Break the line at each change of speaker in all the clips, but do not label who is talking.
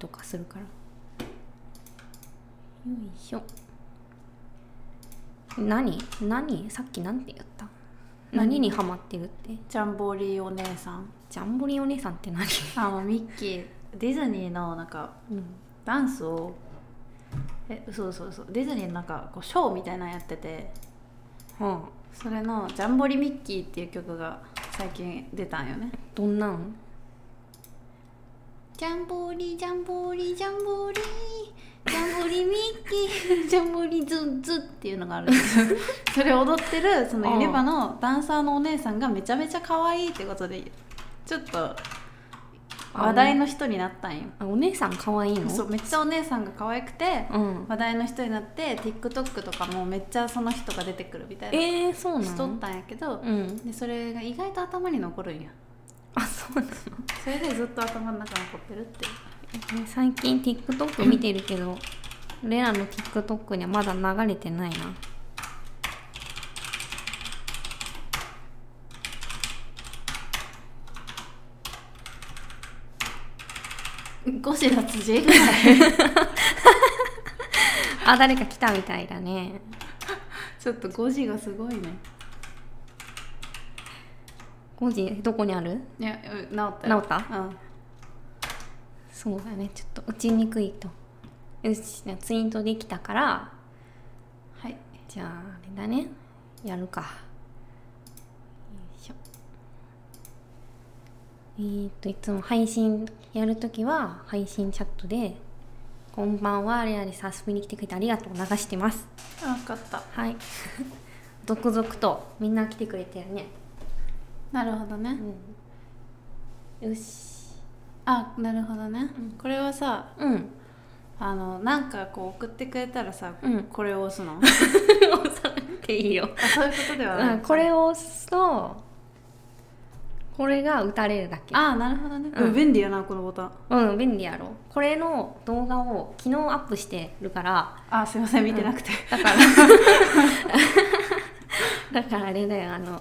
とかするからよいしょ何何さっきなんて言った何にハマってるって
ジャンボリーお姉さん
ジャンボリーお姉さんって何、
あのミッキーディズニーのなんかダンスをえそうそうそうディズニーのなんかこうショーみたいなのやってて
は
それの「ジャンボリミッキー」っていう曲が最近出たんよね
あどんなん
ジャンボリジャンボリジャンボリジャンボリミッキー ジャンボリズンズっていうのがあるんですよ それ踊ってるそのユニバのダンサーのお姉さんがめちゃめちゃ可愛いってことでちょっと話題の人になったんよ
あお姉さん可愛いの
そうめっちゃお姉さんが可愛くて
うん
話題の人になって TikTok とかもめっちゃその人が出てくるみたいな
えー、そうなの
しとったんやけど、
うん
でそれが意外と頭に残るんや
あそうなの
それでずっと頭の中に残ってるっていう
え最近 TikTok 見てるけど俺らの TikTok にはまだ流れてないな
ゴジラ 辻ぐらい
あ誰か来たみたいだね
ちょっとゴジがすごいね
5時どこにある
いやう治った
治ったそうだねちょっと打ちにくいとよしじゃあツイートできたから
うんはい
じゃああれだねやるかよいしょえー、っといつも配信やるときは配信チャットで「こんばんはレアです遊びに来てくれてありがとう」流してます
あ分かった
はい 続々とみんな来てくれてるね
なるほどね、
うんよし
あなるほどね、
うん
これはさ
うん
あのなんかこう送ってくれたらさ、
うん
これを押 すの
押さなくていいよ
あそういうことではな
うん
い
これを押すとこれが打たれるだけ
あなるほどね、
うん
うん、便利やなこのボタン
うん便利やろこれの動画を昨日アップしてるから
あすいません見てなくて、
だからだからあれだよあの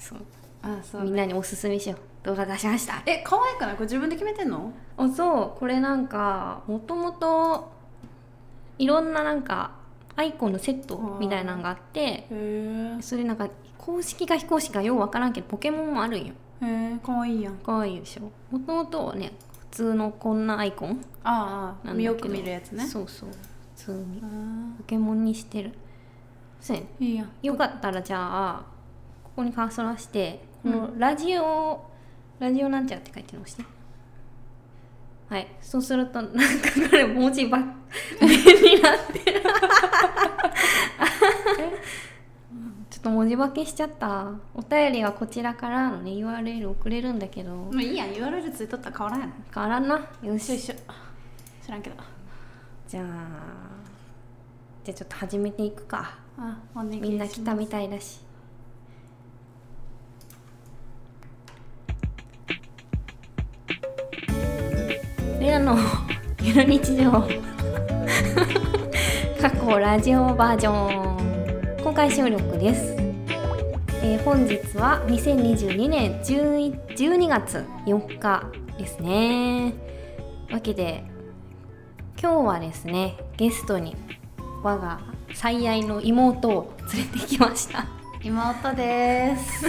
そう
あそ
みんなにおすすめしよう動画出しました
え可愛くないこれ自分で決めてんの
おそうこれなんかもともといろんななんかアイコンのセットみたいなのがあって
へえ
それなんか公式か非公式かようわからんけどポケモンもあるんよ
へえ可愛いやん
可愛いでしょもともとはね普通のこんなアイコン
ああ
なんだけど
よく見るやつね
そうそう普通に
あー
ポケモンにしてるそうやね
いい やん
よかったらじゃあここにカーソラしてこ
うん
のラジオ、ラジオなんちゃらって書いてるの押してはいそうするとなんかこれ文字ばっかりになってるちょっと文字化けしちゃったお便りはこちらからのね URL 送れるんだけど
まあいいやん URL ついとったら変わらんやろ
変わらんなよ
一
し
緒一緒知らんけど
じゃあじゃあちょっと始めていくか
あお願いします
みんな来たみたいだしレアの ゆる日常過去ラジオバージョン公開収録です、えー本日は2022年11 12月4日ですねわけで今日はですねゲストに我が最愛の妹を連れてきました
妹です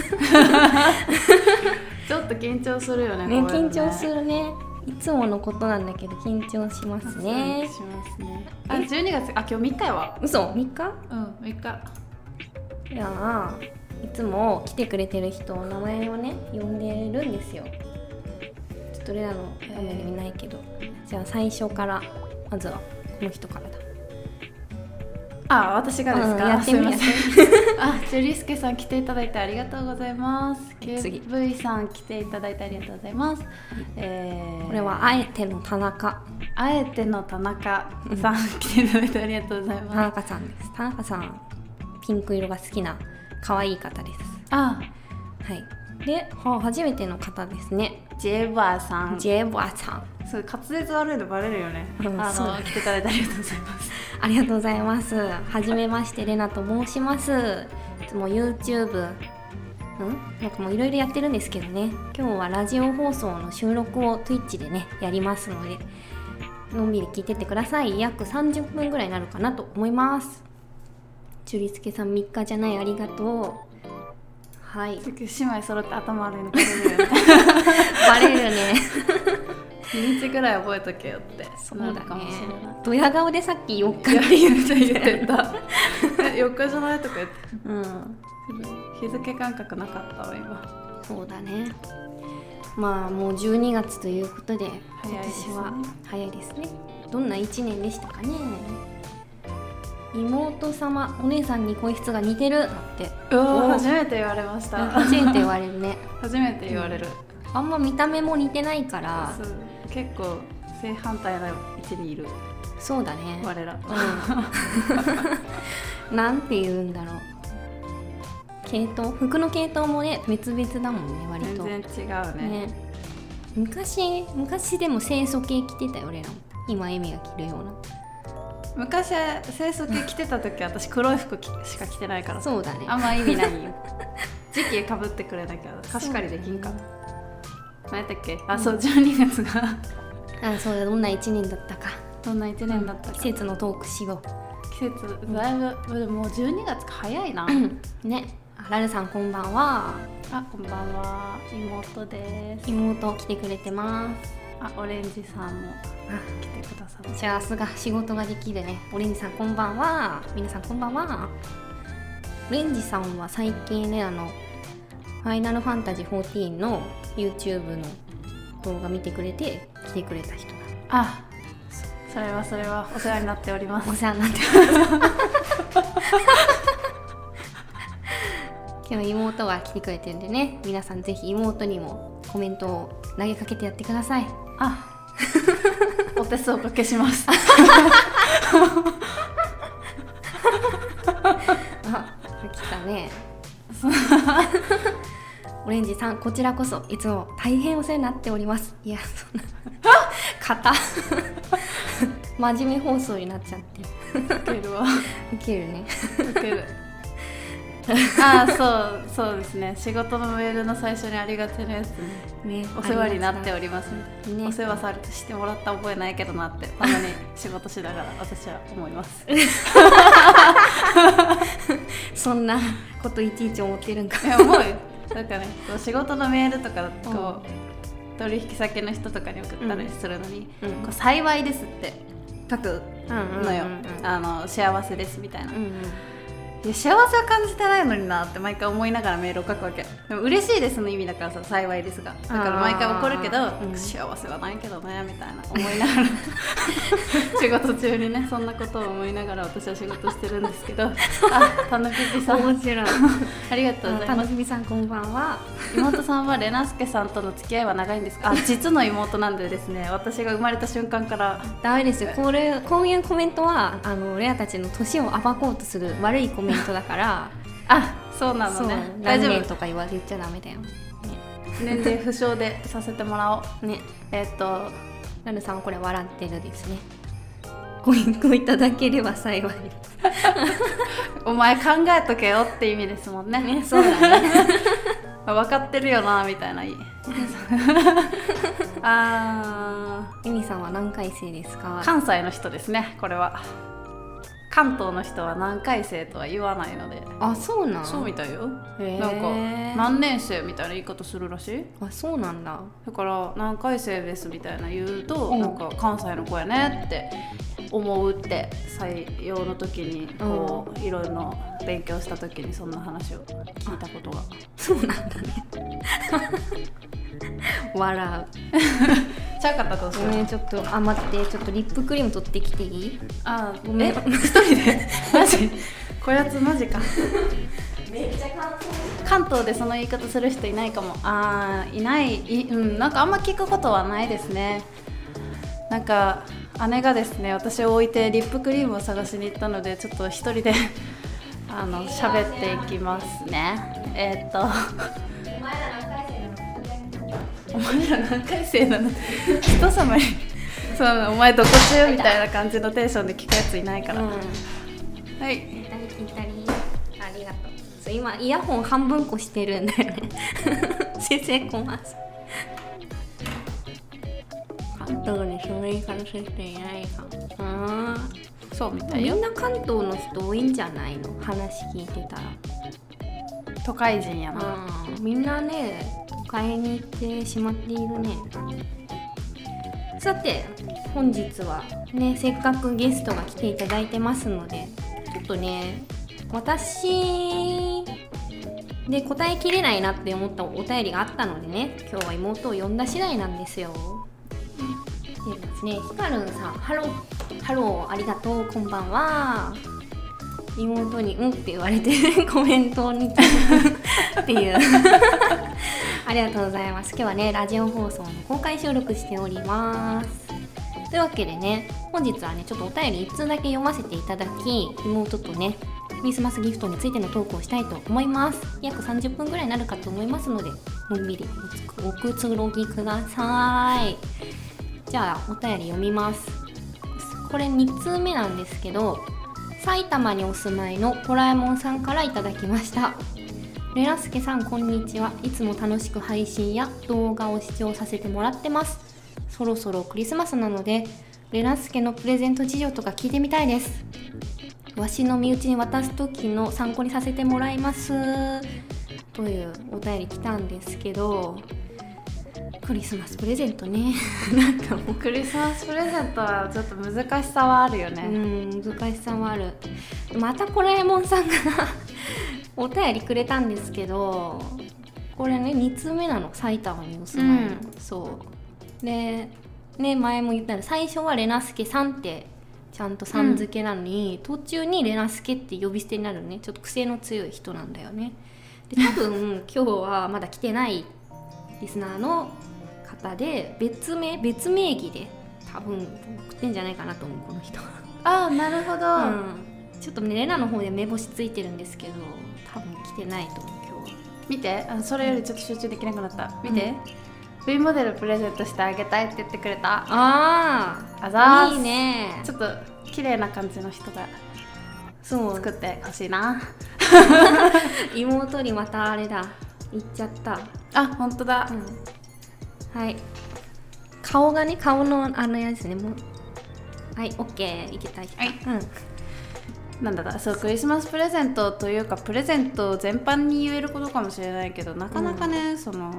ちょっと緊張するよね
ね
こういうの
緊張するねいつものことなんだけど緊張しますね
しますねあ12月あ今日3日やわ
嘘3日
うん3日
いやあいつも来てくれてる人の名前をね呼んでるんですよちょっとレナの画面で見ないけど、じゃあ最初からまずはこの人からだ
あ、私がですか。
うんやってみる
すいません あ、ジュリスケさん来ていただいてありがとうございます。
次
V さん来ていただいてありがとうございます。えー
これはあえての田中
あえての田中さん来ていただいてありがとうござい
田
ます。
中さんです田中さんピンク色が好きな可愛い方です
あ、
はいでは初めての方ですね
ジェバーさん。
ジェーバーさん
そう滑舌悪いのバレるよね。
うん
あ
そう
の来ていただいてありがとうございます。
ありがとうございますはじめましてレナと申しますいつも YouTube んなんかもういろいろやってるんですけどね今日はラジオ放送の収録を Twitch でねやりますのでのんびり聞いてってください約30分ぐらいになるかなと思いますちゅりすけさん3日じゃないありがとうはい
姉妹揃って頭悪いのこれだよね
バレる ね
日にちぐらい覚えとけよって
そうだ
なる
ね
かもしれない
ドヤ顔でさっき4日って
言
言っ
ってて
言
言
っ
ってて
た
たえ4日じゃないとか言ってうん日付感覚なかったわ今
そうだねまあもう12月ということで
早いですね
今年は早いですねどんな1年でしたかね妹様お姉さんに声質が似てるだってお
うわ
ー
初めて言われました
初めて言われるね
初めて言われる、
あんま見た目も似てないから
そう結構正反対な位置にいる
そうだね
我ら
うんなんて言うんだろう系統服の系統もね別々だもんね割
全
と
然違うね
ね昔昔でも清楚系着てたよ俺らも今エミが着るような
昔清楚系着てた 時私黒い服着しか着てないから
そうだね
あんま意味ない よ時期かぶってくれなきゃ貸し借りできんから何やったっけあそう12月が
あそうだどんな1年だったか
どんな1年だったか
季節のトークしよ
季節だいぶでももう12月か早いな
うねあラルさんこんばんは
あこんばんは妹です
妹来てくれてます
あオレンジさんも来てくださって
じゃあ明日が仕事ができるねオレンジさんこんばんは皆さんこんばんはオレンジさんは最近ねあの「ファイナルファンタジー14」の YouTube の動画見てくれて来てくれた人だ
あそれはそれはお世話になっております
お世話になってま す。今日妹が来てくれてるんでね皆さんぜひ妹にもコメントを投げかけてやってください
あお手数おかけします
あ来た ねオレンジさんこちらこそいつも大変お世話になっておりますいやそ んな肩真面目放送になっちゃって
ウケるわ
ウケるね
ウケる あそうそうですね仕事のメールの最初にありがちなやつね
ね
お世話になっておりますみたいな
ね
お世話されてしてもらった覚えないけどなってたまに仕事しながら私は思いますい
そんなこといちいち思ってる んか
や思うよなんかねこう仕事のメールとかこう取引先の人とかに送ったりするのに、
うん
こう幸いですって書くのよ、あの幸せですみたい
う
な、
んうん
いや幸せは感じてないのになって毎回思いながらメールを書くわけでも嬉しいですの意味だからさ幸いですがだから毎回怒るけ
あ
ど
ー、うん
幸せはないけどねみたいな思いなが ら仕事中にねそんなことを思いながら私は仕事してるんです けどあたぬきじさん
面 白い
ありがとうござい
楽
ます
しみさんこんばんは
妹さんはレナスケさんとの付き合いは長いんですかあ実の妹なんでですね 私が生まれた瞬間から
ダメですよこれこういうコメントはあのレアたちの年を暴こうとする悪いコメントだから
あそうなの
そう
ね大
何
丈
年
夫
とか言われちゃダメだよ
年齢不詳でさせても らおう
ね
えっ、と
ラルさんはこれ笑ってるですねご意向いただければ幸い
お前考えとけよって意味ですもんね
そうだね
分かってるよなみたい なあ
エミさんは何回生ですか
ー関西の人ですねこれは関東の人は何回生とは言わないので
あそうなん
そうみたいよ
へー
なんか何年生みたいな言い方するらしい
あそうなんだ
だから何回生ですみたいな言うと、
うん
なんか関西の子やねって思うって採用の時にこう、いろいろ勉強した時にそんな話を聞いたことが
笑
ちゃうかったとし
う
よ
ご
う
めんちょっとあ待ってちょっとリップクリーム取ってきていい
あー
ごめん
え一人で マジこやつマジか
めっちゃ感想
関東でその言い方する人いないかもあーいないいうんなんかあんま聞くことはないですねなんか姉がですね私を置いてリップクリームを探しに行ったのでちょっと一人で あの喋っていきますねえーっと お前ら何回生なの人様にそうお前どこ中みたいな感じのテンションで聞くやついないから、
うん
はい
聞いたり聞いたりありがとうそう今イヤホン半分こしてるんだよ ね先生困ます
関
ったのにそんなに関していないかもあ
そうみた
ー
い
み
よ
んな関東の人多いんじゃないの話聞いてたら
都会人やな
あーみんなね都会に行ってしまっているねさて本日はねせっかくゲストが来ていただいてますのでちょっとね私で答えきれないなって思ったお便りがあったのでね今日は妹を呼んだ次第なんですよ。でですねひかるんさん「ハローハローありがとうこんばんは」妹に「うん」って言われてコメントにっていう ありがとうございます今日はねラジオ放送の公開収録しておりますというわけでね本日はねちょっとお便り1通だけ読ませていただき妹とねクリスマスギフトについてのトークをしたいと思います約30分ぐらいになるかと思いますのでのんびりおくおくつろぎくださいじゃあお便り読みますこれ2通目なんですけど埼玉にお住まいのホラえもんさんからいただきましたレラスケさんこんにちはいつも楽しく配信や動画を視聴させてもらってますそろそろクリスマスなのでレラスケのプレゼント事情とか聞いてみたいですわしの身内に渡す時の参考にさせてもらいますというお便り来たんですけどクリスマスプレゼントね なんかもう
クリスマスプレゼントはちょっと難しさはあるよね、
うん難しさもあるまたこれもんさんが お便りくれたんですけどこれね2通目なの埼玉にお住まいの、
う
そうでね前も言ったら最初は「レナスケさん」ってちゃんと「さん」付けなのに、途中に「レナスケ」って呼び捨てになるねちょっと癖の強い人なんだよねで多 分今日はまだ来てないリスナーの方で別名別名義で多分送ってんじゃないかなと思うこの人は
ああなるほど、
うん、ちょっとねレナの方で目星ついてるんですけど多分来てないと思う今日は
見てあそれよりちょっと集中できなくなった見て、V モデルプレゼントしてあげたいって言ってくれた
あ
あざ
あ
ーす
いいね
ちょっと綺麗な感じの人が
そう
作ってほしいな
妹にまたあれだ言っちゃった、
あ本当だ、
うん、はい顔がね顔のあのやつねもうはいオッケーいけたいけた
はい
うん
なんだだそうクリスマスプレゼントというかプレゼント全般に言えることかもしれないけどなかなかね、その、うん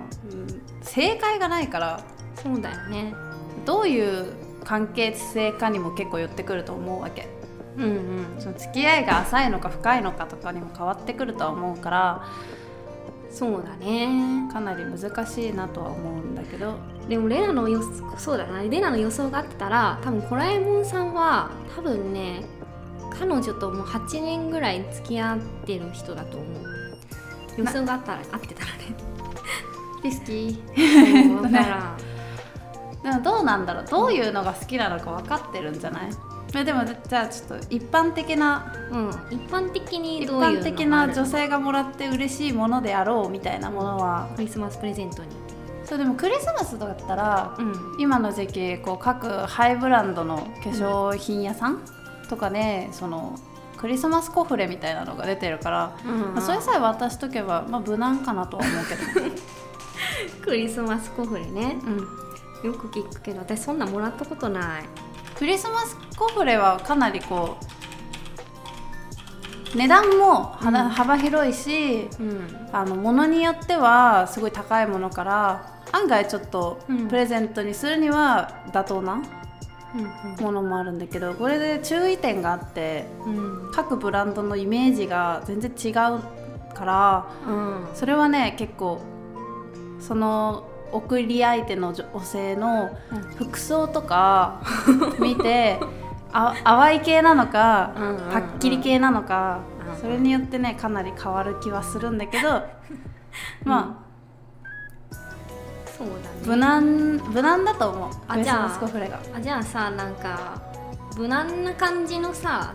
正解がないから
そうだよね
どういう関係性かにも結構寄ってくると思うわけ
うんうん
その付き合いが浅いのか深いのかとかにも変わってくるとは思うから
そうだね
かなり難しいなとは思うんだけど
でもレナの予そうだなレナの予想があったら多分コラえもんさんは多分ね彼女ともう8年ぐらい付き合ってる人だと思う予想があったら合ってたら
リスキー
ねそうだ から
でもどうなんだろうどういうのが好きなのか分かってるんじゃないえでもじゃあちょっと一般的な
うん一般的に
一
どういうの
般的な女
性
性がもらって嬉しいものであろうみたいなものは
クリスマスプレゼントに
そうでもクリスマスだったら
うん
今の時期こう各ハイブランドの化粧品屋さんとかね、そのクリスマスコフレみたいなのが出てるから、まあそれさえ渡しとけば、まあ、無難かなとは思うけど、
クリスマスコフレね
うん、
よく聞くけど私そんなもらったことない
クリスマスコフレはかなりこう値段も幅,、
うん
幅広いし
うん
あの物によってはすごい高いものから案外ちょっと
うん
プレゼントにするには妥当なものもあるんだけどこれで注意点があって
うんうん
各ブランドのイメージが全然違うから
うん
それはね結構その送り相手の女女性の服装とか見てあ淡い系なのか
うんうんうん
はっきり系なのか
うんうん
それによってねかなり変わる気はするんだけどま
そうだね
あ無難無難だと思う
あ
クリス
じゃあ
マスコフレが
あじゃあさなんか無難な感じのさ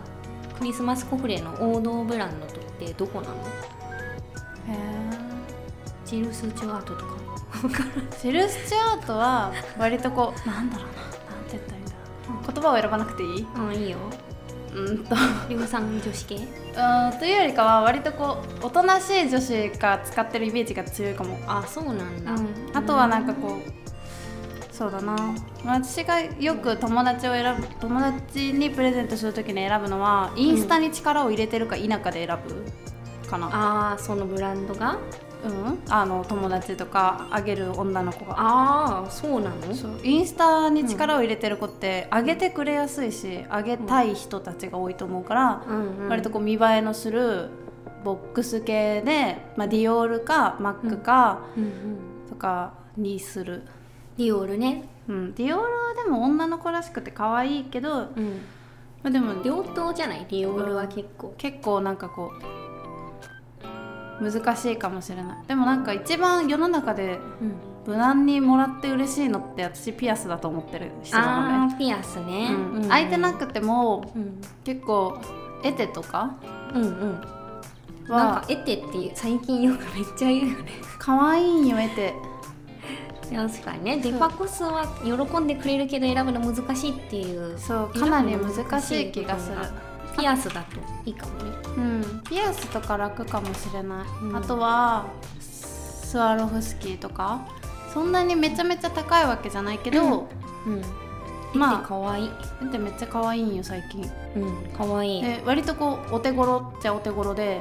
クリスマスコフレの王道ブランドってどこなの
へ
ジル・スチュワートとか
ージル・スチュアートは割とこうなんだろうななんて言ったらいいんだろう言葉を選ばなくていい
あいいよ
うんと
量産女子系
うんというよりかは割とこうおとなしい女子が使ってるイメージが強いかも
あそうなんだ、
あとはなんかこうそうだな私がよく友達を選ぶ友達にプレゼントするときに選ぶのはインスタに力を入れてるか否かで選ぶかな、
ああそのブランドが
うんあの友達とかあげる女の子が
ああそうなの
そうインスタに力を入れてる子ってあげてくれやすいしあげたい人たちが多いと思うから、
うんうん、
割とこう見栄えのするボックス系で、まあ、ディオールかマックか
うんうん
とかにする、
ディオールね、
うん、ディオールはでも女の子らしくて可愛いけど、ま
うん、
あ、でも
両党じゃないディオールは結構
結構なんかこう難しいかもしれないでもなんか一番世の中で
うん
無難にもらって嬉しいのって私ピアスだと思ってる人なの
あ
ね
ーピアスね、
うん開いてなくても
うん
結構エテとか
うんうんなん
は
かエテっていう最近よくめっちゃ言うよね
可愛いんよエテ
確かにねデパコスは喜んでくれるけど選ぶの難しいっていう
そうかなり難しい気がする
ピアスだといいかもね
うんピアスとか楽かもしれない、
うん
あとはスワロフスキーとかそんなにめちゃめちゃ高いわけじゃないけど、
うん
まあ
まあ可愛い
エテめっちゃ可愛いんよ最近
うん可愛い
で割とこうお手頃っちゃお手頃で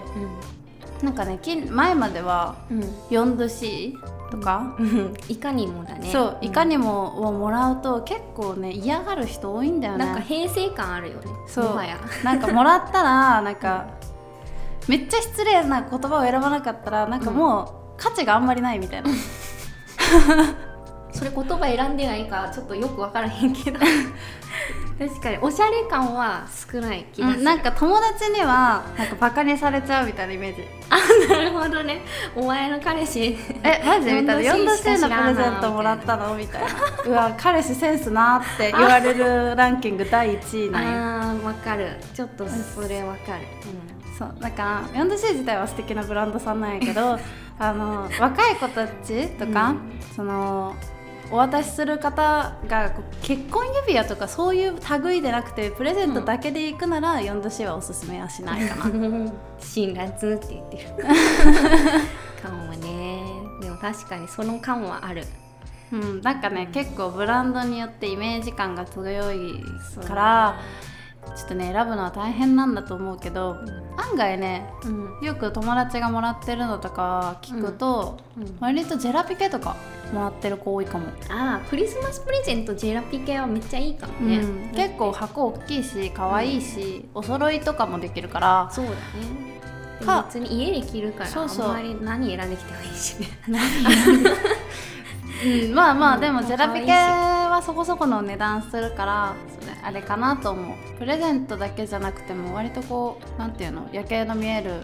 う
なんかね近前までは
ん
4度 C とか、
うんいかにもだね
そういかに
も
もをもらうと結構ね嫌がる人多いんだよね
なんか平成感あるよね
そう
もはや
なんかもらったらなんかめっちゃ失礼な言葉を選ばなかったらなんかもう価値があんまりないみたいな、
それ言葉選んでないからちょっとよく分からへんけど 確かにおしゃれ感は少ない気がす
う
る、
んなんか友達にはなんかバカにされちゃうみたいなイメージ
なるほどねお前の彼氏
えマジみたい
4
な4
度
度
C
C
しか知らん
のプレ
な
ゼントもらったのみたいなうわ彼氏センスなーって言われるランキング第1位なんよ
あーわかるちょっとそれわかる、
そうだから4度 C 自体は素敵なブランドさんなんや けどあの若い子たちとか、
うん
そのお渡しする方がこう結婚指輪とかそういう類でなくてプレゼントだけで行くなら4度 C はおすすめはしない かな、
うん、辛辣って言ってる感はねでも確かにその感はある
うん、なんかね結構ブランドによってイメージ感が強いからちょっとね選ぶのは大変なんだと思うけど、案外ね
うん、
よく友達がもらってるのとか聞くと、割とジェラピケとかもらってる子多いかも、
ああクリスマスプレゼントジェラピケはめっちゃいいかもね、
うん結構箱大きいし可愛いし、お揃いとかもできるから
そうだねで
か
別に家で着るから
そうそう
あんまり何選んできてもいいしね
まあまあ、
うん
でも
まあ
ジェラピケはそこそこの値段するからあれかなと思うプレゼントだけじゃなくても割とこうなんていうの夜景の見える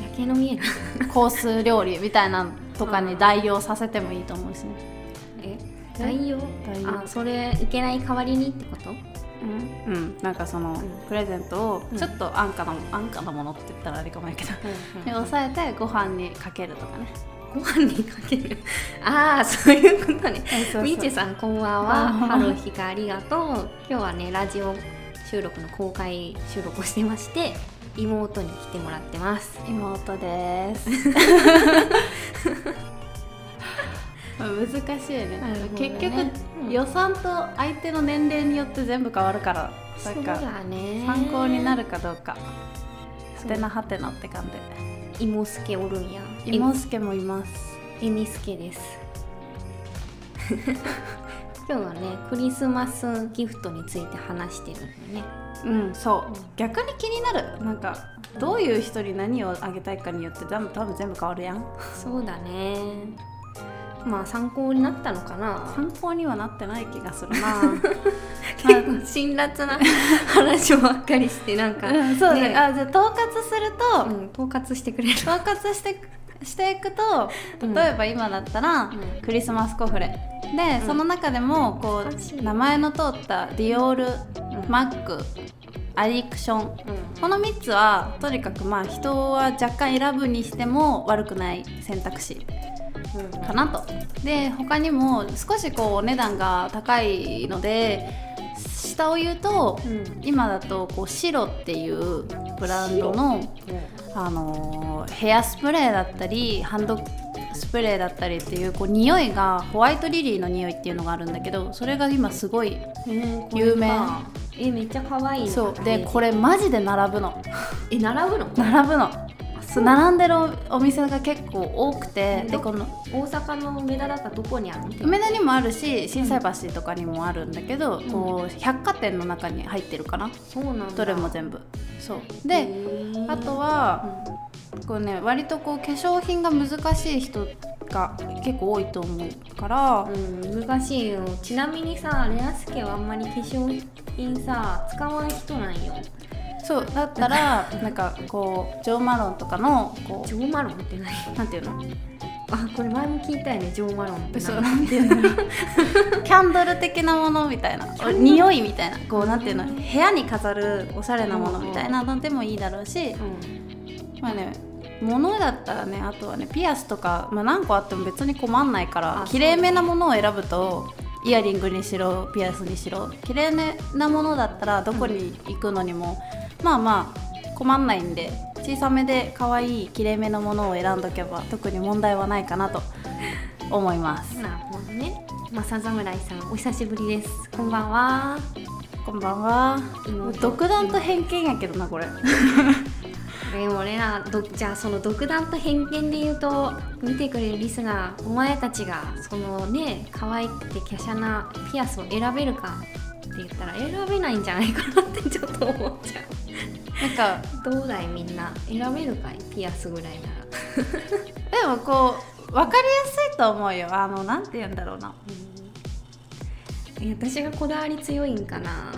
夜景の見える
コース料理みたいなのとか
う
に
ん
代用させてもいいと思うしね、
え代用
代用
あそれいけない代わりにってこと
うんなんかその、
ん
プレゼントを
うん
ちょっと安価な、安価なものって言ったらあれかもやけど、で
で
抑えてご飯にかけるとかね
ご飯にかける ああそういうことねみーちさんこんばんは
こんばんは
春日がありがとう今日はねラジオ収録の公開収録をしてまして妹に来てもらってます
妹です。難しいね
なるほどね
結局、
うん
予算と相手の年齢によって全部変わるからなんか
ね
参考になるかどうか
そう
はてなはてなって感
芋すけおるんや
じ妹助もいます
えみすけです 今日はねクリスマスギフトについて話してるのね
うんそ
う
う、
ん
逆に気になるなんかどういう人に何をあげたいかによって多分多分全部変わるやん
そうだねまあ参考になったのかな
参考にはなってない気が するな、
結構辛辣な話ばっかりしてなんか、
うん、そうね
ね
あじゃあ統括すると、
うん、統括してくれる
統括してしていくと
うん
例えば今だったら、
うん
クリスマスコフレで、
うん
その中でもこ
懐かし
う
い
名前の通ったディオール、
うん
マックアディクションこの3つはとにかくまあ人は若干選ぶにしても悪くない選択肢かなとで他にも少しこうお値段が高いので下を言うと、
うん
今だとこう白っていうブランドのあのーヘアスプレーだったりハンドスプレーだったりっていうこう匂いがホワイトリリーの匂いっていうのがあるんだけどそれが今すごい
うん
有名
えめっちゃ可愛いの
そうでこ
れ
れマジで並ぶの
え並ぶの
並ぶのそう並んでるお店が結構多くて
うん
でこの
大阪の梅田だったらどこにあるの
梅田にもあるし心斎橋とかにもあるんだけど、こう百貨店の中に入ってるかな
そうなんだ
どれも全部そうであとはこうね割とこう化粧品が難しい人が結構多いと思うから
うん難しいよちなみにさレアスケはあんまり化粧品さ使わん人なんよ
そうだったらなんかこうジョー・マロンとかのこ
ジョーマロンって何
うなんていうの
あこれ前も聞いたよねジョーマロンって
嘘
何
なんていうの キャンドル的なものみたいなお匂いみたいなこうなんていうの部屋に飾るおしゃれなものみたいなのでもいいだろうし
うん
まあね物だったらねあとはねピアスとか、まあ、何個あっても別に困んないから
あ
きれいめなものを選ぶとイヤリングにしろピアスにしろきれいめなものだったらどこに行くのにも、まあまあ困んないんで小さめで可愛いきれいめのものを選んどけば特に問題はないかなと思います。
なるほどねマサ侍さんお久しぶりですこんばんは
こんばんは
妹
独断と偏見やけどなこれ
でもレナどじゃあその独断と偏見で言うと見てくれるリスナーお前たちがそのね可愛くて華奢なピアスを選べるかって言ったら選べないんじゃないかなってちょっと思っちゃ
なんか
うどうだいみんな選べるかいピアスぐらいなら、
でもこう分かりやすいと思うよあのなんて言うんだろうな
え私がこだわり強いんかな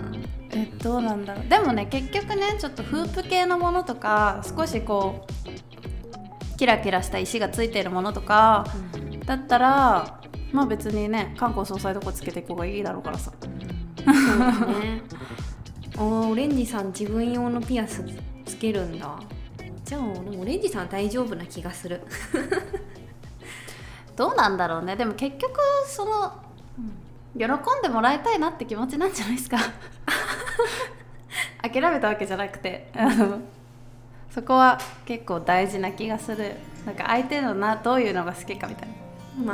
えどうなんだろうでもね結局ねちょっとフープ系のものとか少しこうキラキラした石がついているものとかだったらまあ別にね韓国総裁とかつけていく方がいいだろうからさ
そうだね おーオレンジさん自分用のピアスつけるんだじゃあでもオレンジさんは大丈夫な気がす る
どうなんだろうねでも結局その喜んでもらいたいなって気持ちなんじゃないです か諦めたわけじゃなくてあのそこは結構大事な気がするなんか相手のなどういうのが好きかみたいな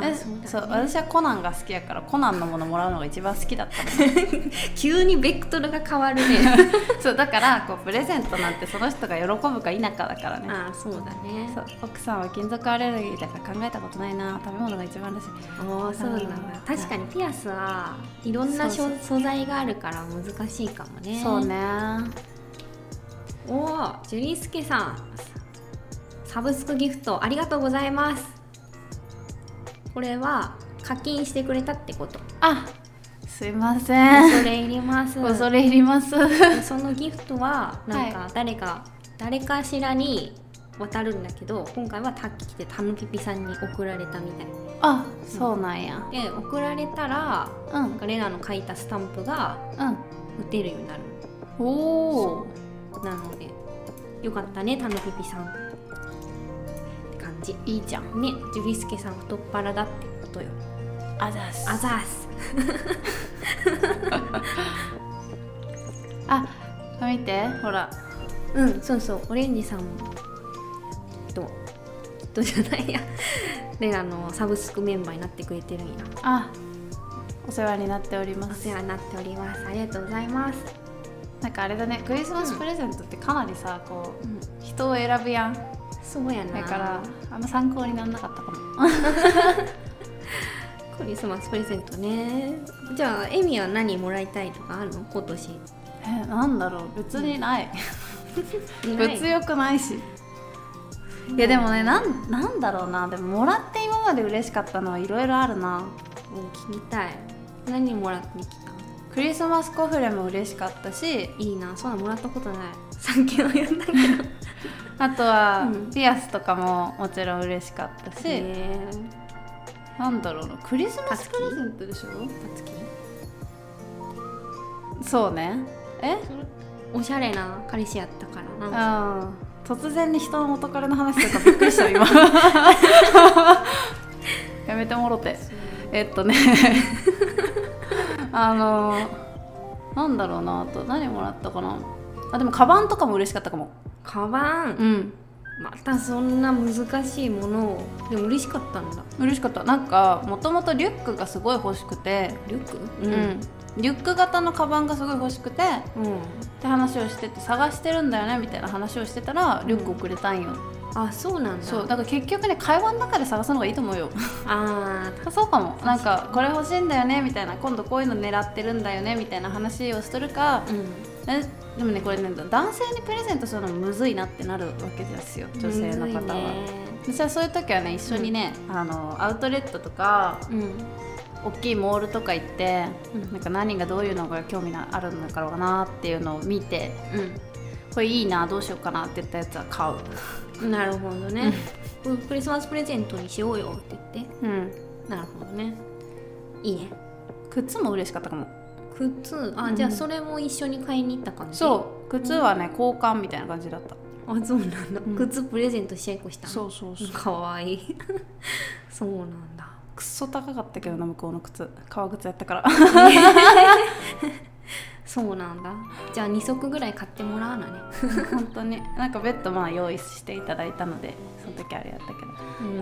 ま
え
あ
そ
そううだ
私はコナンが好きやからコナンのものもらうのが一番好きだった の
急にベクトルが変わるね
そうだからこうプレゼントなんてその人が喜ぶか否かだからね
ああそうだね
そう奥さんは金属アレルギーだから考えたことないな食べ物が一番だし
ああそうなんだ確かにピアスはいろんなしょ
そう
素材があるから難しいかもね
そうね
おおジュリスケさんサブスクギフトありがとうございますこれは課金してくれたって こと
あすいません
恐れ入り ます
恐れ入ります
でそのギフトはなんか誰か、誰かしらに渡るんだけど今回はタッキーでたぬきぴさんに送られたみたい
あそうなんや
で送られたら
う
なん
ん
かレナの書いたスタンプが
うん
打てるようになる
おお
なのでよかったねたぬぴぴさんって感じね
いいじゃん
ジュリスケさん太っ腹だってことよ
あざす
あざーす
あ見てほら
うんそうそうオレンジさんととじゃないや レナのサブスクメンバーになってくれてるんや
あお世話になっておりま
お
す
世話になっておりますありがとうございます、
なんかあれだねクリスマスプレゼントってかなりさこ
うん、
う人を選ぶやんだ
そうやな
からあんま参考にならなかったかも
クリスマスプレゼントねじゃあエミは何もらいたいとかあるの今年
えなんだろう別にない物
ない
欲ないしいやでもねなんなんだろうなでももらって今まで嬉しかったのはいろいろあるな
うん聞きたい何もらってきた
クリスマスコフレも嬉しかったし
いいなそんなもらったことない産経を読んだけ ど
あとは
うん
ピアスとかももちろん嬉しかったし、
え
なんだろうなクリスマスプレゼントでしょそうねえ
おしゃれな彼氏やったからな
あー突然に人の元彼の話とかびっくりした 今やめてもろてえっとね あのなんだろうなあと何もらったかなあでもカバンとかも嬉しかったかも
カバン
うん
またそんな難しいものをでも嬉しかったんだ
嬉しかったなんかもともとリュックがすごい欲しくて、
リュック
うんリュック型のカバンがすごい欲しくてっ
うん、
て話をしてて探してるんだよねみたいな話をしてたらリュックをくれたんよ、
あそうなんだ
そうだから結局ね会話の中で探すのがいいと思うよ
あー
そうかもなんかこれ欲しいんだよねみたいな今度こういうの狙ってるんだよねみたいな話をするか
う
えでもねこれね男性にプレゼントするのもむずいなってなるわけですよ
ん
女性の方
むずい
は。
ね
私はそういう時はね一緒にね、あのアウトレットとか
うん
大きいモールとか行って、
うん
なんか何がどういうのが興味なあるんだろうなっていうのを見てこれいいなどうしようかなって言ったやつは買う、
うんなるほどね、うんクリスマスプレゼントにしようよって言って
うん、
なるほどねいいね
靴も嬉しかったかも
靴あ、
うん
じゃあそれも一緒に買いに行った感じ
そう靴はね交換みたいな感じだった、
あそうなんだ、
うん
靴プレゼントし合いっこしたの
そうそうそう
かわい いそうなんだ
くっそ高かったけどな向こうの靴革靴やった から
そうなんだじゃあ2足ぐらい買ってもらわなね
本当になんかベッドまあ用意していただいたのでその時あれやったけど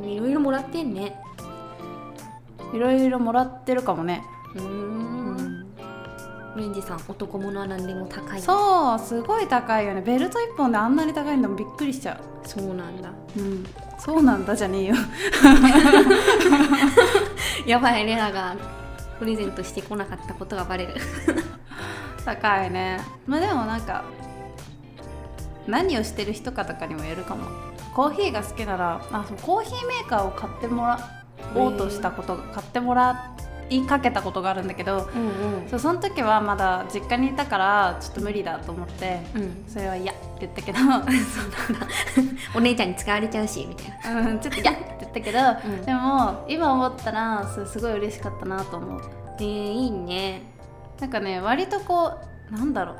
うんいろいろもらってんね
いろいろもらってるかもね、
うーんオレンジさん男物は何でも高い
そうすごい高いよねベルト1本であんなに高いんだもんびっくりしちゃ
そうなんだ
う、うん、そうなんだじゃねえよ
やばいレナがプレゼントしてこなかったことがバレる
高いねまあでもなんか何をしてる人かとかにもよるかもコーヒーが好きならあそうコーヒーメーカーを買ってもらおうとしたことが買ってもらいかけたことがあるんだけど
うんうん
そうその時はまだ実家にいたからちょっと無理だと思って
うん、
それは嫌って言ったけど
お姉ちゃんに使われちゃうしみたいな
うん、ちょっとやって言ったけど、
うん
でも今思ったらすすごい嬉しかったなと思う
えー、いいね
なんかね割とこうなんだろう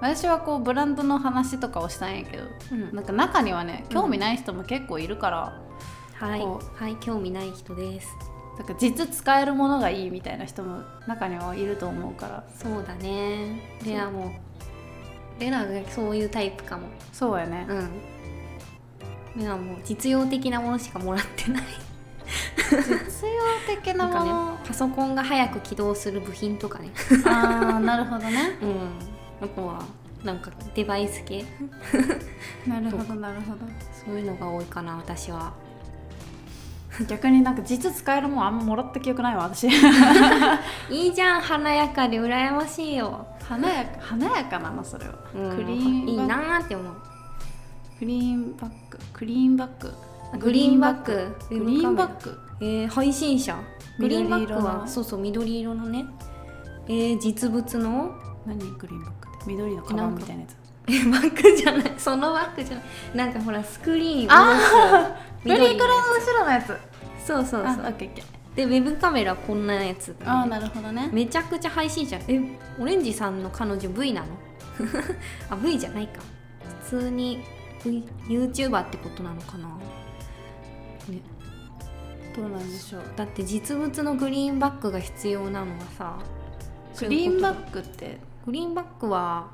私はこうブランドの話とかをしたんやけど
うん
なんか中にはね興味ない人も結構いるから、
はい
こ
はい興味ない人です
なんか実使えるものがいいみたいな人も中にはいると思うから
そうだねレナもレナがそういうタイプかも
そうやね、
うんレナも実用的なものしかもらってない
実用的
な
な
ん
も
かね
の、
パソコンが早く起動する部品とかね
ああなるほどね
うんあとはなんかデバイス系
なるほどなるほど
そういうのが多いかな私は
逆になんか実使えるもんあんまもらった記憶ないわ私
いいじゃん華やかで羨ましいよ、
華やか華やかなのそれは、
うん
クリーン
いい
バッグ
なーって思う
クリーンバッグクリーンバッグ
あグリーンバッグ
グリーンバッグ
えー配信者グリーンバッグ
緑色
は
の
そうそう緑色のねえー実物の
何グリーンバッグって緑のカバンみたいなやつ
えバッグじゃないそのバッグじゃないなんかほらスクリーン
あ
ブリークラ
の後ろのやつそう
そうそう
そう
そ
あオ
う
ッケーオッケー
でウェブカメラこんなやつ
あーなるほどね
めちゃくちゃ配信者えオレンジさんの彼女 V なの あ V じゃないか普通に、v、YouTuber ってことなのかな、ね、
どうなんでしょう
だって実物のグリーンバッグが必要なのはさ
グリーンバ
グ
ッグって
グリーンバッグは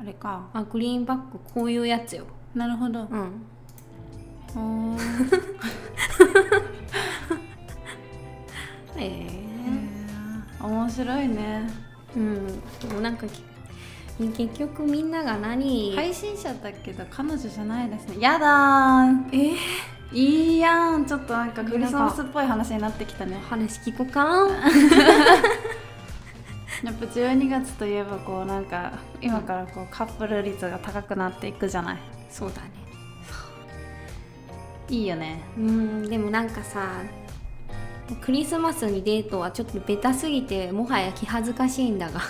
あれか
あグリーンバッグこういうやつよ
なるほ
う
ど
ん
おー
え
へー面白いね
えうんでもなんかき結局みんなが何、
配信者だけど彼女じゃないですねやだー
えー
いいやんちょっとなんかクリスマスっぽい話になってきたね
話聞こうか
やっぱ12月といえばこうなんか今からこうカップル率が高くなっていくじゃない
そうだね
いいよね
うんでもなんかさクリスマスにデートはちょっとベタすぎてもはや気恥ずかしいんだが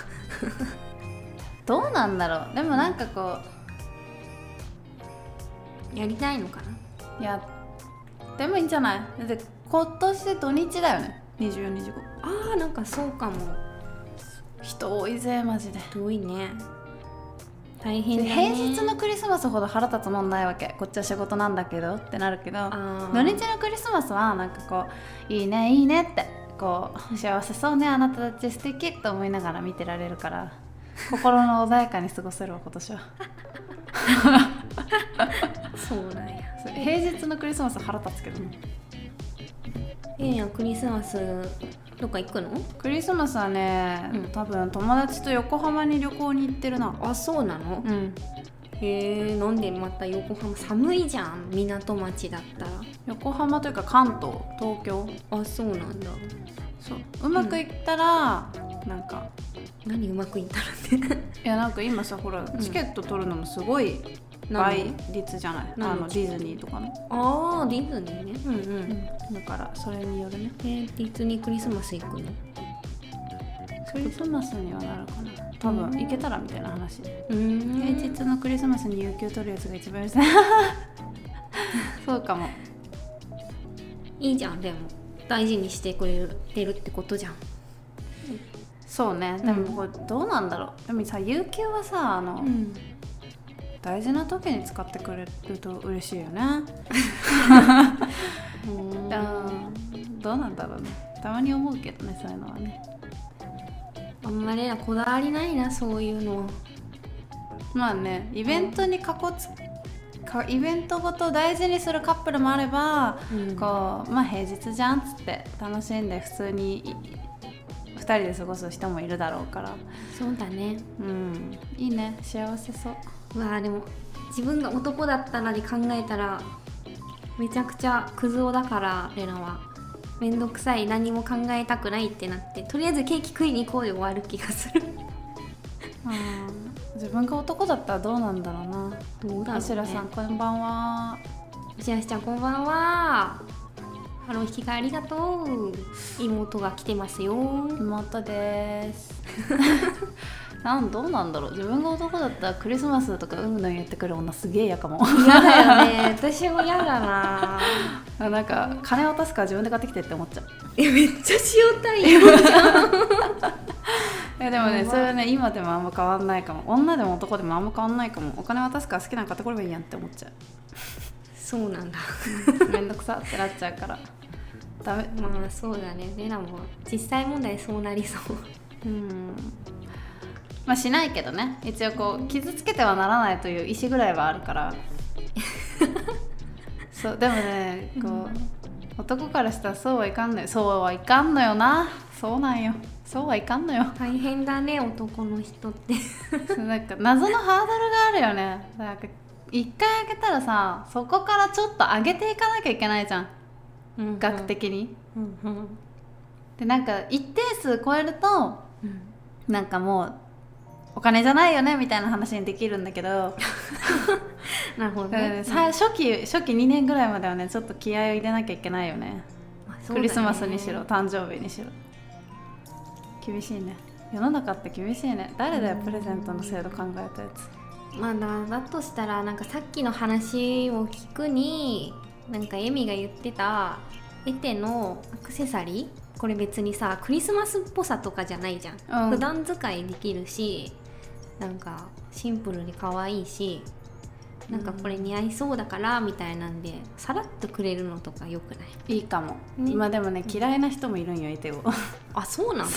どうなんだろうでもなんかこ
やりたいのかな
ういやでもいいんじゃないだって今年土日だよね2425
あーなんかそうかも
人多いぜマジで
遠いね大変だね
平日のクリスマスほど腹立つもんないわけこっちは仕事なんだけどってなるけど
あ
土日のクリスマスはなんかこういいねいいねってこう幸せそうねあなたたち素敵と思いながら見 てられるから心の穏やかに過ごせるわ今年は
そうなんや
そう平日のクリスマス腹立つけどね
ええやんクリスマスどっか行くの
クリスマスはね、
うん
多分友達と横浜に旅行に行ってるな
あそうなの
うん
へえなんでまた横浜寒いじゃん港町だったら
横浜というか関東東京
あそうなんだ
そううまくいったら、なんか
何うまくいったらって
いやなんか今さほら、
ん
チケット取るのもすごい倍率じゃない
何
あのディズニーとかの、
ああディズニーねうんうんえ
だからそれによるね
ディズニークリスマス行くの
クリスマスにはなるかな多分、行けたらみたいな話
うん
平日のクリスマスに有給取るやつが一番うるさ いそうかも
いいじゃんでも大事にしてくれてるってことじゃん
そうねでもこれどうなんだろう、でもさ有給はさあの、
ん
大事な時に使ってくれると嬉しいよねうんどうなんだろうねたまに思うけどねそういうのはね
あんまりなこだわりないなそういうの
まあねイベントにかこつかイベントごと大事にするカップルもあれば、
うん
こうまあ平日じゃんっつって楽しんで普通にい2人で過ごす人もいるだろうから
そうだね
うんいいね幸せそう
うわあでも自分が男だったらで考えたらめちゃくちゃクズ男だからレナはめんどくさい何も考えたくないってなってとりあえずケーキ食いに行こうで終わる気がする
うん自分が男だったらどうなんだろうな
どうだろう、ね、
あしらさんこんばんは
おしらしちゃんこんばんはハロー引き換えありがとう妹が来てますよ
妹です なんどうなんだろう自分が男だったらクリスマスとかうんぬん言ってくる女すげえ嫌かも
嫌だよね私も嫌だな
なんか金渡すから自分で買ってきてって思っちゃう
えめっちゃ塩対応じゃん
えでも
う
ね
ん
それはね今でもあんま変わんないかも女でも男でもあんま変わんないかもお金渡すから好きなの買ってこればいいやんって思っちゃ
そうなんだ
うめんどくさってなっちゃうからダメ
まあそうだねレナも実際問題そうなりそう
うんまあしないけどね一応こう傷つけてはならないという意思ぐらいはあるから そうでもねこう、男からしたらそうはいかんのよそうはいかんのよなそうなんよそうはいかんのよ
大変だね男の人って
そうなんか謎のハードルがあるよねなんか一回上げたらさそこからちょっと上げていかなきゃいけないじゃん額的に、
うんうん
でなんか一定数超えるとなんかもうお金じゃないよねみたいな話にできるんだけど、
なるほど
だからね
ね
さ初期初期2年ぐらいまではねちょっと気合を入れなきゃいけないよね
まあそうだね
クリスマスにしろ誕生日にしろ厳しいね世の中って厳しいね誰だよプレゼントの制度考えたやつ
まあだだとしたらなんかさっきの話を聞くになんかエミが言ってたエテのアクセサリーこれ別にさクリスマスっぽさとかじゃないじゃん、
うん
普段使いできるしなんかシンプルに可愛いしなんかこれ似合いそうだからみたいなんでさらっとくれるのとかよくない
いいかも、
ね
まあでもね嫌いな人もいるんよいてを
あそうなの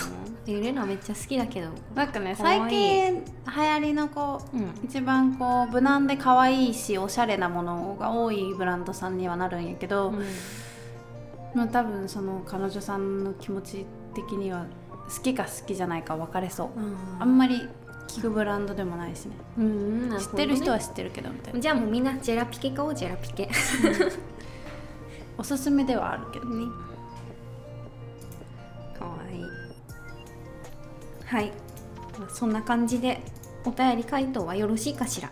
えレナめっちゃ好きだけど
なんかね
かわいい
最近流行りのこう
うん
一番こう無難で可愛いしおしゃれなものが多いブランドさんにはなるんやけど、まあ、多分その彼女さんの気持ち的には好きか好きじゃないか分かれそう、あんまり聞くブランドでもないしね
うん
知ってる人は知ってるけどみたいな
じゃあもうみんなジェラピケ買おうジェラピケね
おすすめではあるけど
かわいいはいそんな感じでお便り回答はよろしいかしら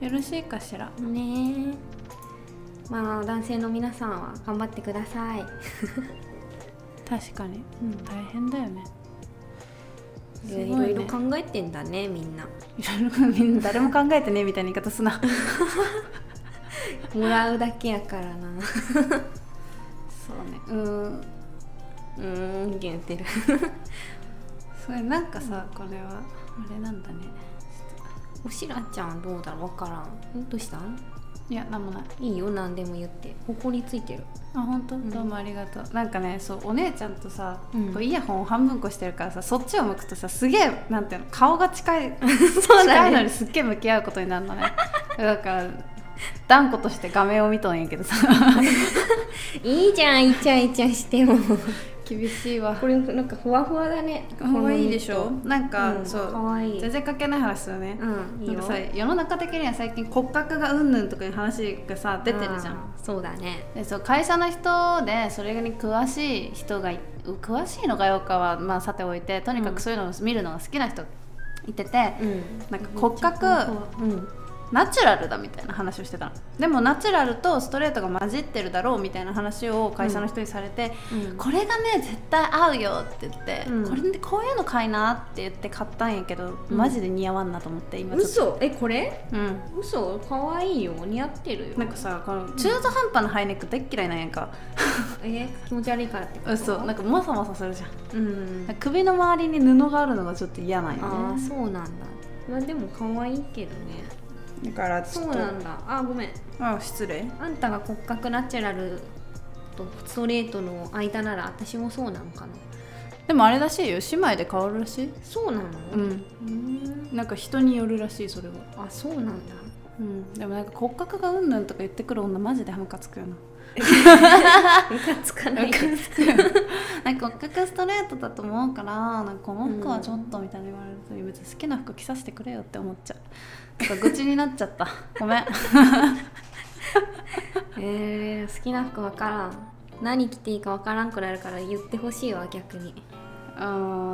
よろしいかしら
ねえまあ男性の皆さんは頑張ってください、
確かに
うん
大変だよねすごい
い
ね
ろいろ考えてんだねみんない
ろいろみんな誰も考えてねみたいな言い方すな
もらうだけやからな
そうねうん
うーん言ってる
それなんかさこれはあれなんだね
おしらちゃんどうだろうわからんんどうしたん
いやなんもない
いいよ何でも言ってほこりついてる
あ本当、
ん
どうもありがとうなんかねそうお姉ちゃんとさ、
うん
こうイヤホンを半分こしてるからさそっちを向くとさすげえ なんていうの顔が近い
そうだね
近いのにすっげえ向き合うことになるのねだから断固として画面を見とんやけどさ
いいじゃんイチャイチャしても
厳しいわ
これなんかふわふわだね
可愛いでしょな
このニ
んか、
ットうん、
そう
かわいい
全然関係ない話するね、
うんいい
なん
よ
かさ世の中的には最近骨格がうんぬんとかいう話がさ出てるじゃん
あーそうだね
でそう会社の人でそれに詳しい人がい詳しいのかようかは、まあ、さておいてとにか
うん
くそういうのを見るのが好きな人いてて、
うん
なんか骨格
うん
ナチュラルだみたいな話をしてたのでもナチュラルとストレートが混じってるだろうみたいな話を会社の人にされて、
うん
これがね絶対合うよって言って、
うん
これでこういうの買いなって言って買ったんやけど、
うん
マジで似合わんなと思って今ちょっと
嘘えこれ
うん
嘘可愛いよ似合ってるよ
なんかさこの中途半端なハイネック大っ嫌いなんやんか
え気持ち悪いからってこと
嘘なんかモサモサするじゃん
うん
なんか首の周りに布があるのがちょっと嫌なんよ
ああ
ね
そうなんだまあでも可愛いけどね
だから
そうなんだあーごめん
あ失礼
あんたが骨格ナチュラルとストレートの間なら私もそうなのかな
でもあれらしいよ姉妹で変わるらしい
そうなの
うん
うーん
なんか人によるらしいそれは
あそうなんだ
うんでもなんか骨格がうんぬんとか言ってくる女マジでムカつくよな
ムカつかない
ムカ
で
つくよな なんか骨格ストレートだと思うからなんかこの服はちょっとみたいな言われると、別に好きな服着させてくれよって思っちゃうなんか愚痴になっちゃった ごめん
えー、好きな服わからん何着ていいかわからんくなるから言ってほしいわ逆に
あ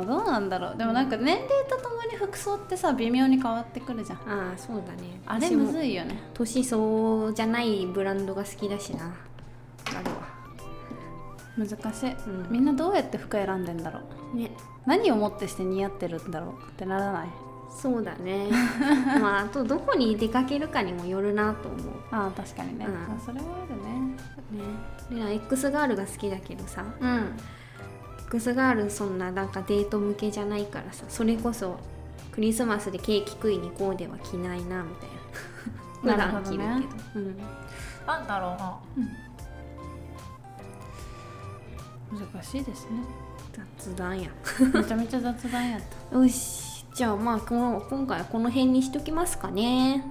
ーどうなんだろうでもなんか年齢とともに服装ってさ微妙に変わってくるじゃん
ああそうだね
あれ
私も
むずいよね
年相応じゃないブランドが好きだしなあるわ
難しい、
うん
みんなどうやって服選んでんだろう
ね
何をもってして似合ってるんだろうってならない
そうだ ねまああとどこに出かけるかにもよるなと思う
ああ確かにね、
うん
あそれはあるね
ねレナ X ガールが好きだけどさ
うん
X ガールそんななんかデート向けじゃないからさそれこそクリスマスでケーキ食いに行こうでは着ないなみたいな
な
普段
る
着
ほど
るけど
ね
うん、
なんだろうな、難しいですね
雑談や
めちゃめちゃ雑談やった
よしじゃあまあこの今回はこの辺にしときますかね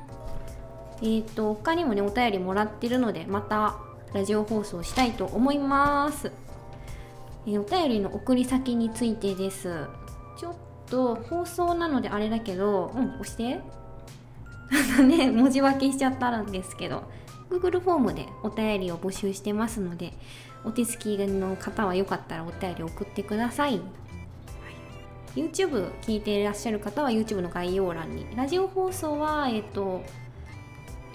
えー、と他にもねお便りもらってるのでまたラジオ放送したいと思います、えーお便りの送り先についてですちょっと放送なのであれだけどうん押して なんかね文字分けしちゃったんですけど Google フォームでお便りを募集してますのでお手すきの方はよかったらお便り送ってください YouTube 聞いていらっしゃる方は YouTube の概要欄にラジオ放送はえっ、と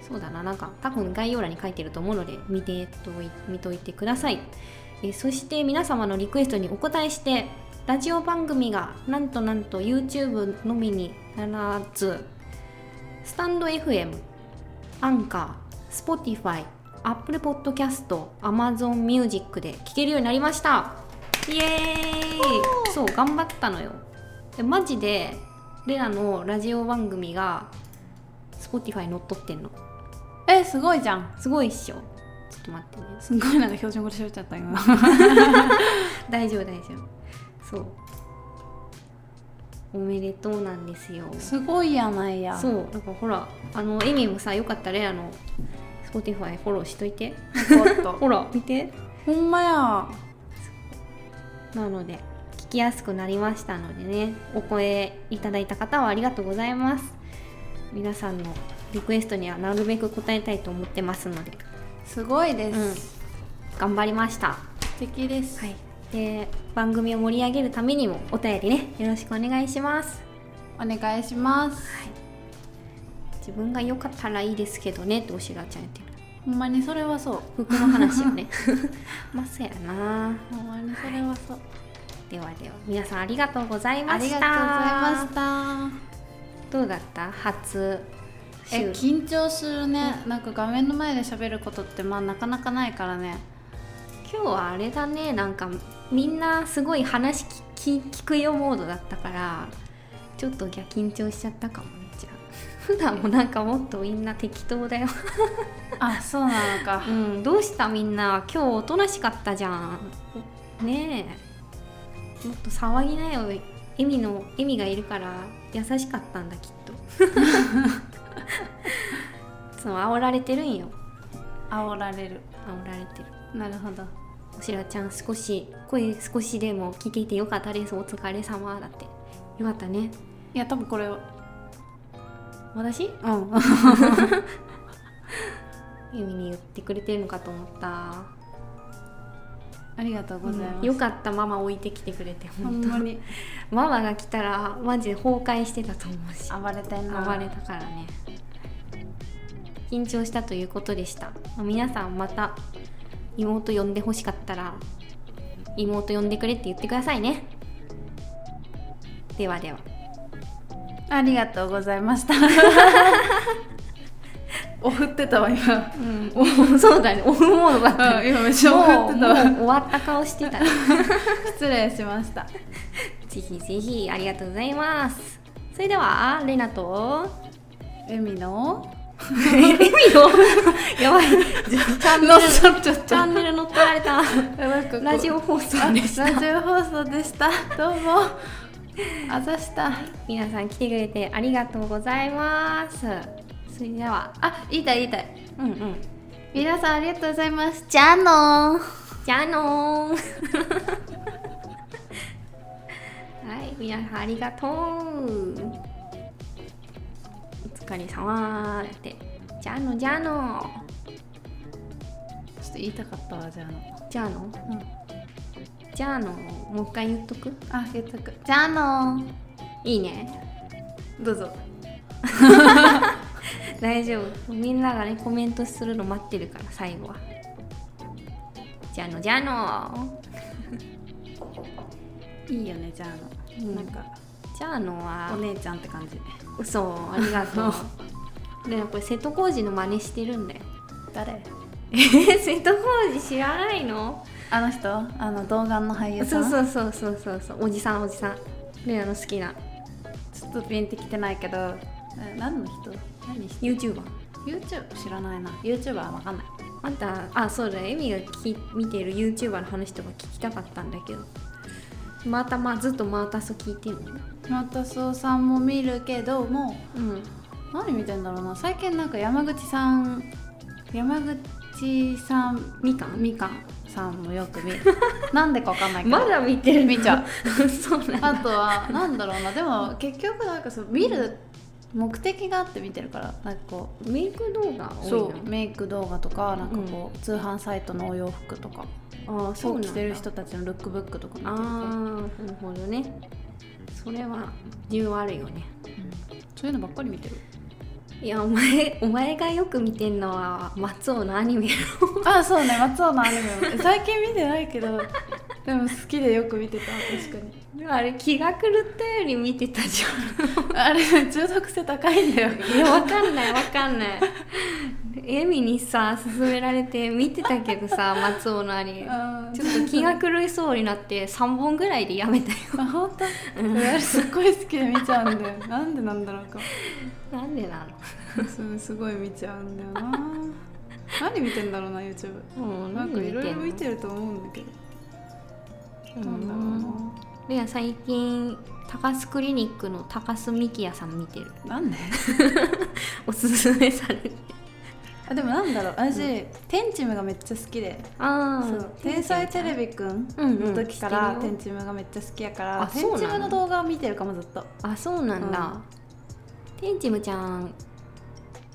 そうだななんか多分概要欄に書いてると思うので見てとい見といてください、えーそして皆様のリクエストにお答えしてラジオ番組がなんとなんと YouTube のみにならずスタンド FM アンカー Spotify アップルポッドキャスト Amazon ミュージックで聴けるようになりましたイエーイそう頑張ったのよでマジでレナのラジオ番組が Spotify 乗っ取ってんの
えすごいじゃん
すごいっしょちょっと待ってね
すごいなんか標準語で喋っちゃった今
大丈夫大丈夫そうおめでとうなんですよ
すごいやないや
そうだからほらあのエミもさよかったらレナの Spotify フォローしといて
よかっ
ほら見て
たほんまや
なので聞きやすくなりましたのでねお声いただいた方はありがとうございます皆さんのリクエストにはなるべく答えたいと思ってますのです
ごいです、
うん
素
頑張りました
敵です、
はいで番組を盛り上げるためにもお便りねよろしくお願いします
お願いします、
自分が良かったらいいですけどねっておしらちゃん言ってる
ほんまにそれはそう
服の話よ ねまあそうやな
ほんまにそれはそう
ではでは皆さんありがとうございま
あり
した
がとうございました
どうだった初
え
収録
緊張するね、なんか画面の前で喋ることってまあなかなかないからね
今日はあれだねなんかみんなすごい話聞き聞くよモードだったからちょっとぎゃ緊張しちゃったかもね じゃあ普段もなんかもっとみんな適当だよ
あそうなのか
うんどうしたみんな今日おとなしかったじゃんねえもっと騒ぎなよエミのエ ミがいるから優しかったんだきっとそう煽られてるんよ
煽られる
煽られてる
なるほど
おしらちゃん少し声少しでも聞けてよかったですお疲れ様だってよかったね
いや多分これを
私
うん
ゆみに言ってくれてるのかと思った
ありがとうございます、
よかったママ置いてきてくれて
ほ
本
ん
当
まに
ママが来たらマジで崩壊してたと思うし
暴れてんな
暴れたからね緊張したということでしたまあ皆さんまた妹呼んでほしかったら妹呼んでくれって言ってくださいねではでは
ありがとうございました おふってたわ 今
うん、おそうだねオフモードだった
今めっちゃお
も
ふ
う
って
も
た
う
わ
終わった顔して た
失礼しました
ぜひぜひありがとうございますそれではレナと
エミの
エミのや ばいチャンネル
乗っちゃっちゃっ
チャンネル乗っ取られたラジ
オ
オ放送
ラ
で
ジ
した
オ放送でした どうもあざした
皆さん来てくれてありがとうございますそれでは
あ言いたい言いたい
うんうん
皆さんありがとうございますじゃあのー
じゃあのー はい皆さんありがとうお疲れ様ーってじゃあのじゃあの
ちょっと言いたかったわじゃあの
じゃあの
うん
じゃあのもう一回言っとく
あ言っとくじゃあのー
いいね
どうぞ
大丈夫みんながねコメントするの待ってるから最後はじゃあのじゃあの
いいよねじゃあの、
うん
なんか
じゃあのは
お姉ちゃんって感じ
嘘ありがと うでもこれ瀬戸康史の真似してるんだよ
誰
え瀬戸康史知らないの
あの人あの童顔の俳優さ
そ
ん
うそうそうそうそうそうおじさんおじさんレナの好きな
ちょっとピンってきてないけどえ何の人何人
YouTuber
YouTube 知らないな YouTuber は分かんない
あんたあそうだエミがき見てる YouTuber の話とか聞きたかったんだけどまたまずっとマータソ聞いてるの
マタソウさんも見るけども
うん
何見てんだろうな最近なんか山口さん山口さん
みかん
みかんさんもよく見 るなんでか分かんないけど
まだ見てる
見ちゃ
そうなんだ
あとはなんだろうなでも結局なんかそう見る目的があって見てるからなんかこう
メイク動画多いな
そうメイク動画とかなんかこう、通販サイトのお洋服とか
あーそう
そ
な
うん着
だ
てる人たちのルックブックとか見てる
あ
から
あなるほどねそれは理由あるよね
そういうのばっかり見てる
いやお前お前がよく見てんのは松尾のア ニメやろ
あそうね松尾のアニ メ最近見てないけどでも好きでよく見てた 確かに
あれ気が狂ったように見てたじ
あれ中毒性高いんだよ
ゃんいやわかんないわかんないエミにさ勧められて見てたけど さ松尾のアニメ
あ
ちょっと気が狂いそうになって3本ぐらいでやめたよ
あ本当あれすっごい好きで見ちゃうんだよなんでなんだろうか
なんでな
そうすごい見ちゃうんだよな何見てんだろうな YouTube
のもう
なんかいろいろ見て
る
ると思うんだけど
う
どうだろ
んレア最近高須クリニックの高須幹也さん見てる
うななんで
おすすめされて
あでもなんだろう私、天チムがめっちゃ好きで
ああ
そう天才テレビくん
うんうん
の時から、
知ってるよ
天チムがめっちゃ好きやか
あ
ら天
そう
チ
な
ム
の
の動画を見てるかもずっと
あそうなんだ、てんちむちゃん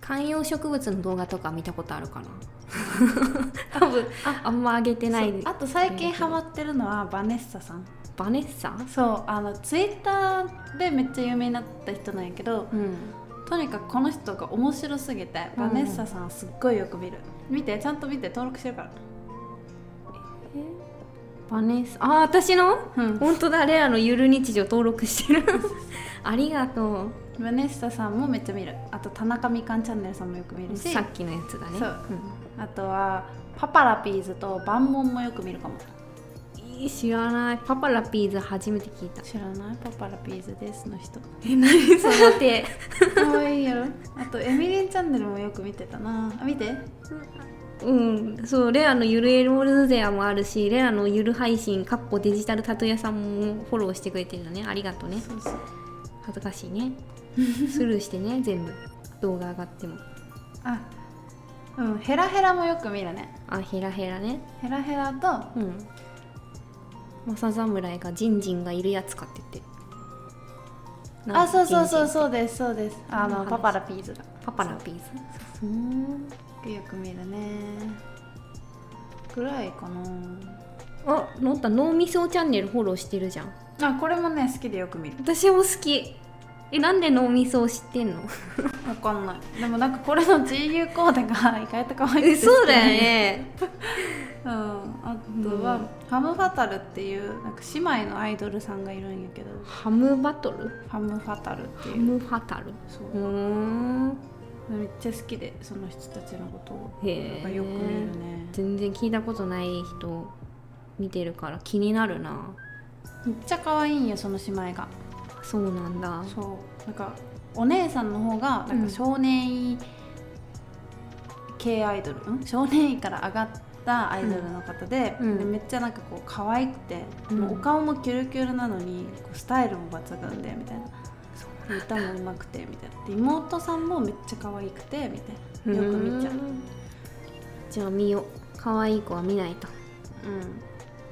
観葉植物の動画とか見たことあるかな 多分あんま上げてない
そうあと最近ハマってるのはバネッサさん
バネッサ
そうあのツイッターでめっちゃ有名になった人なんやけど
うん
とにかくこの人が面白すぎて
うん
バネッサさんすっごいよく見る、見てちゃんと見て登録してるから
バネッサあ私の
うん
本当だレアのゆる日常登録してる ありがとう
バネッサさんもめっちゃ見るあと田中みかんチャンネルさんもよく見るし
さっきのやつだね
そうあとはパパラピーズとバンモンもよく見るかも
うん、知らないパパラピーズ初めて聞いた
知らないパパラピーズですの人
え何その手
可愛いやろあとエミリンチャンネルもよく見てたなあ見て
うんそうレアのゆるエモルゼアもあるしレアのゆる配信かっこデジタルタトゥー屋さんもフォローしてくれてるのねありがとうね
そうそう
恥ずかしいねスルーしてね全部動画上がっても
あうんヘラヘラもよく見るね
あヘラヘラね
ヘラヘラと
うんマサ侍がジンジンがいるやつかって言って
あそうそうそう
う
そうですそうですあ
う
の
ん
パパラピーズが
パパラピーズうん
よく見るねぐらいか
あのった脳みそチャンネルフォローしてるじゃん
なあこれもね好きでよく見る
私も好きえなんで脳みそを知ってんの
わかんないでもなんかこれの GU コーデが意外と可愛い
えそうだよね
うんあとは、
うん
ハムファタルっていうなんか姉妹のアイドルさんがいるんやけど
ハムバトル
ハムファタルって
ハ
いう
ムハタル
そう
ー
う、
ん
めっちゃ好きでその人たちのことを
へえ
よく見るね
全然聞いたことない人見てるから気になるな
めっちゃ可愛いんよその姉妹が
そうなんだ
そうなんかお姉さんの方がなん
うん
か少年院系アイドル、ん少年院から上がったアイドルの方で,、
うん
でめっちゃなんかこう可愛くて、
うん
もうお顔もキュルキュルなのにこうスタイルも抜群でみたいな。で歌もうまくてみたいなで妹さんもめっちゃ可愛くてみたいなよく見ちゃう
ーんじゃあ見よう可愛い子は見ないと、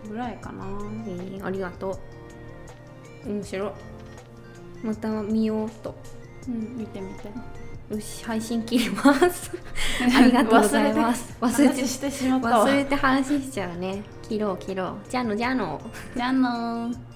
うんぐらいかな
えーありがとう面白いまた見ようっと
うん見てみ て
よし配信切ります ありがとうございますす
忘
忘れ
れ
て
てしてしまったわ
忘れて話しちゃうね切ろう切ろうじゃあのじゃあの
じゃあのー